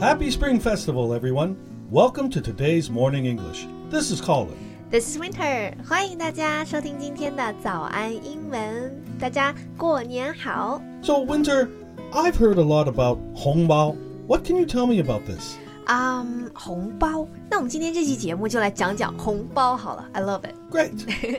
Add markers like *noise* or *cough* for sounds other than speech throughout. Happy Spring Festival, everyone. Welcome to today's Morning English. This is Colin. This is Winter，欢迎大家收听今天的早安英文。大家过年好 So, Winter, I've heard a lot about Hongbao. What can you tell me about this? 啊、嗯红包。那我们今天这期节目就来讲讲红包好了，I love it。 Great.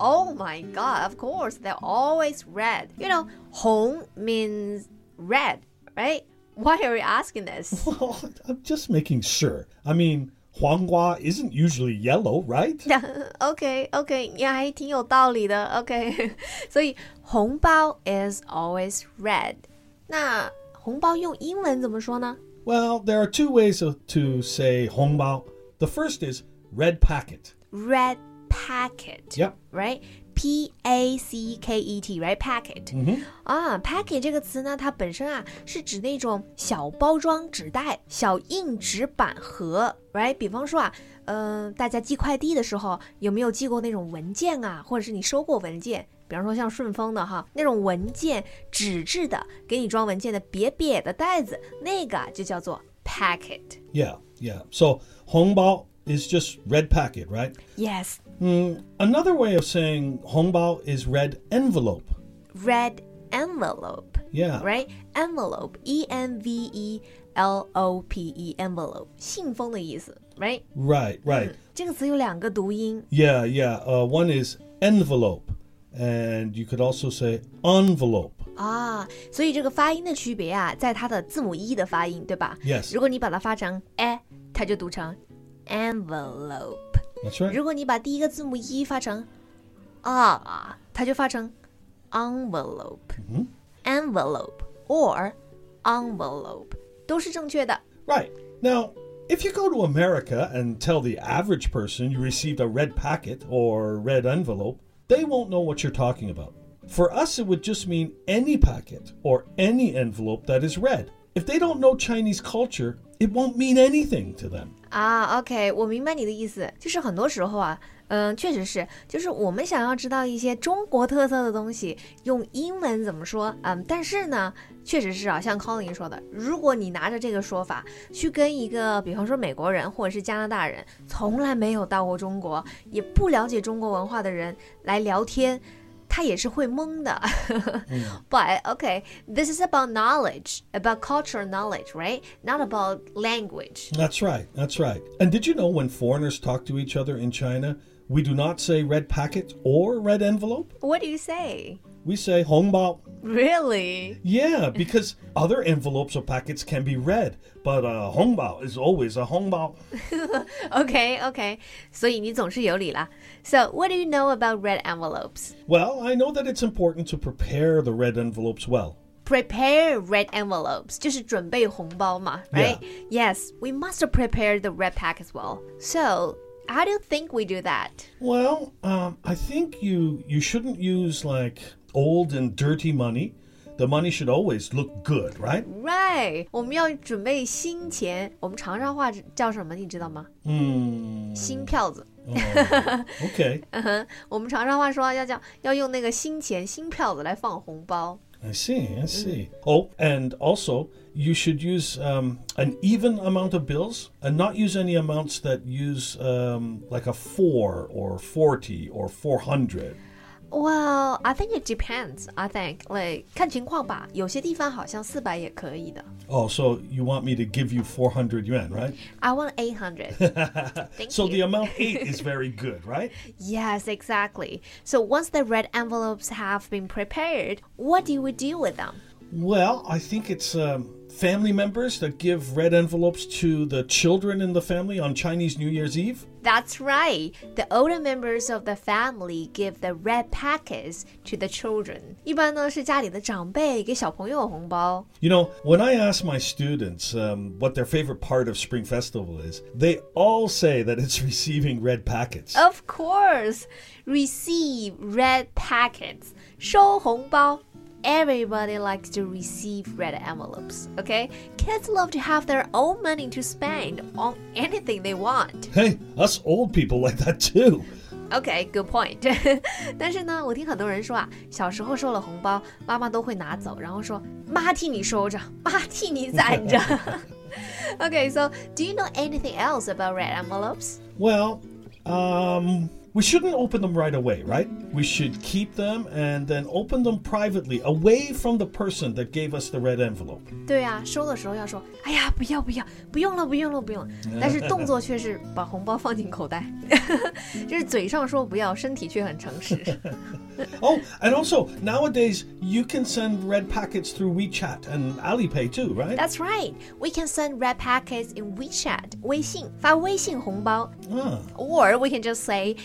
Oh my god! Of course, they're always red. You know, 红 means red, right? Why are you asking this? Well, I'm just making sure. I mean, Huanghua isn't usually yellow, right? *laughs* OK OK，你还挺有道理的。OK，所 *laughs* 以红包 is always red。那红包用英文怎么说呢？ Well, there are two ways of, to say Hongbao. The first is red packet. red packet. Yep. Right? P A C K E T, right? Packet. mm-hmm. 啊，packet 这个词呢，它本身啊是指那种小包装纸袋、小硬纸板盒，right？比方说啊，嗯、大家寄快递的时候有没有寄过那种文件啊，或者是你收过文件？比方说像顺丰的哈，那种文件纸质的，给你装文件的瘪瘪的袋子，那个啊就叫做 packet。 Yeah, yeah. So Hongbao is just red packet, right? Yes, Mm, another way of saying Hongbao is red envelope. red envelope。 Yeah. right? Envelope, E N V E L O P E, envelope，信封的意思，right？ Right, right. 这个词有两个读音 Yeah, yeah. Uh, one is envelope, and you could also say envelope. 啊，所以这个发音的区别啊，在它的字母 e 的发音，对吧 Yes 如果你把它发成 e，它就读成 envelope； That's right. 如果你把第一个字母 e 发成啊，它就发成 envelope、envelope or envelope 都是正确的。 Right. Now, if you go to America and tell the average person you received a red packet or red envelope, they won't know what you're talking about. For us, it would just mean any packet or any envelope that is red. If they don't know Chinese culture, it won't mean anything to them. 啊，OK，我明白你的意思，就是很多时候啊，嗯，确实是，就是我们想要知道一些中国特色的东西，用英文怎么说，嗯，但是呢，确实是啊，像 Colin 说的，如果你拿着这个说法去跟一个，比方说美国人或者是加拿大人，从来没有到过中国，也不了解中国文化的人来聊天。他也是会懵的。But *laughs* okay, this is about knowledge, about cultural knowledge, right? Not about language. That's right. That's right. And did you know when foreigners talk to each other in China, we do not say red packet or red envelope? What do you say? We say hongbao. Really? Yeah, because other envelopes or packets can be red, but a hongbao is always a hongbao. Okay, okay. 所以你总是有理啦。So, what do you know about red envelopes? Well, I know that it's important to prepare the red envelopes well. Prepare red envelopes 就是准备红包嘛，right? Yes, we must prepare the red pack as well. So, how do you think we do that? Well, um, I think you you shouldn't use like old and dirty money. The money should always look good, right? Right，我们要准备新钱，我们长沙话叫什么？你知道吗？ Hmm. 新票子。 oh, okay, 嗯哼，我们长沙话说要叫要用那个新钱、新票子来放红包。 I see. Mm. I see. Oh, and also you should use um, an even amount of bills and not use any amounts that use um, like a four or forty or four hundred. Well, I think it depends. I think like 看情况吧，有些地方好像四百也可以的。 Oh, so you want me to give you four hundred yuan, right? I want eight hundred. Thank So the you. amount eight is *laughs* very good, right? yes, exactly. So once the red envelopes have been prepared, what do we do with them? Well, I think it's um, family members that give red envelopes to the children in the family on Chinese New Year's Eve? That's right. The older members of the family give the red packets to the children. 一般呢是家里的长辈给小朋友红包。 You know, when I ask my students um, what their favorite part of Spring Festival is, they all say that it's *laughs* receiving red packets. Of course, receive red packets. 收红包。Everybody likes to receive red envelopes, okay? Kids love to have their own money to spend on anything they want. Hey, us old people like that too. Okay, good point. *laughs* 但是呢，我听很多人说啊，小时候收了红包，妈妈都会拿走，然后说妈替你收着，妈替你攒着。okay, so do you know anything else about red envelopes? Well, um, we shouldn't open them right away, right? We should keep them and then open them privately, away from the person that gave us the red envelope. 对啊，收的时候要说，哎呀，不要不要，不用了不用了 *laughs* 不用了，但是动作却是把红包放进口袋， *laughs* 就是嘴上说不要，身体却很诚实。 *laughs* Oh, and also nowadays you can send red packets through WeChat and Alipay too, right? That's right. We can send red packets in WeChat 微信发微信红包 Ah, or we can just say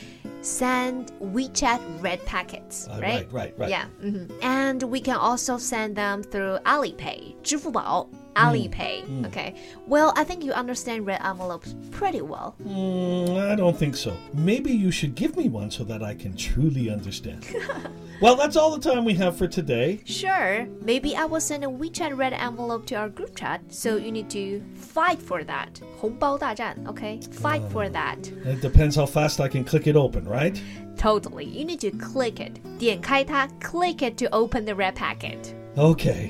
send WeChat red packets, Uh, right, right? right, right. Yeah. mhm. And we can also send them through Alipay, 支付宝, Alipay. Okay. Well, I think you understand red envelopes pretty well. mm, I don't think so. Maybe you should give me one so that I can truly understand. *laughs* well, that's all the time we have for today. Sure. Maybe I will send a WeChat red envelope to our group chat, so you need to fight for that. 红包大战, okay? Fight Oh. for that. It depends how fast I can click it open, right? Totally. You need to click it. 点开它, click it to open the red packet. Okay.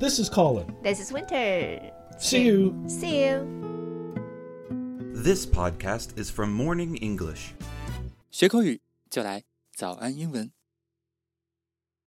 This is Colin. This is Winter. See you. See you. This podcast is from Morning English. 学口语就来早安英文。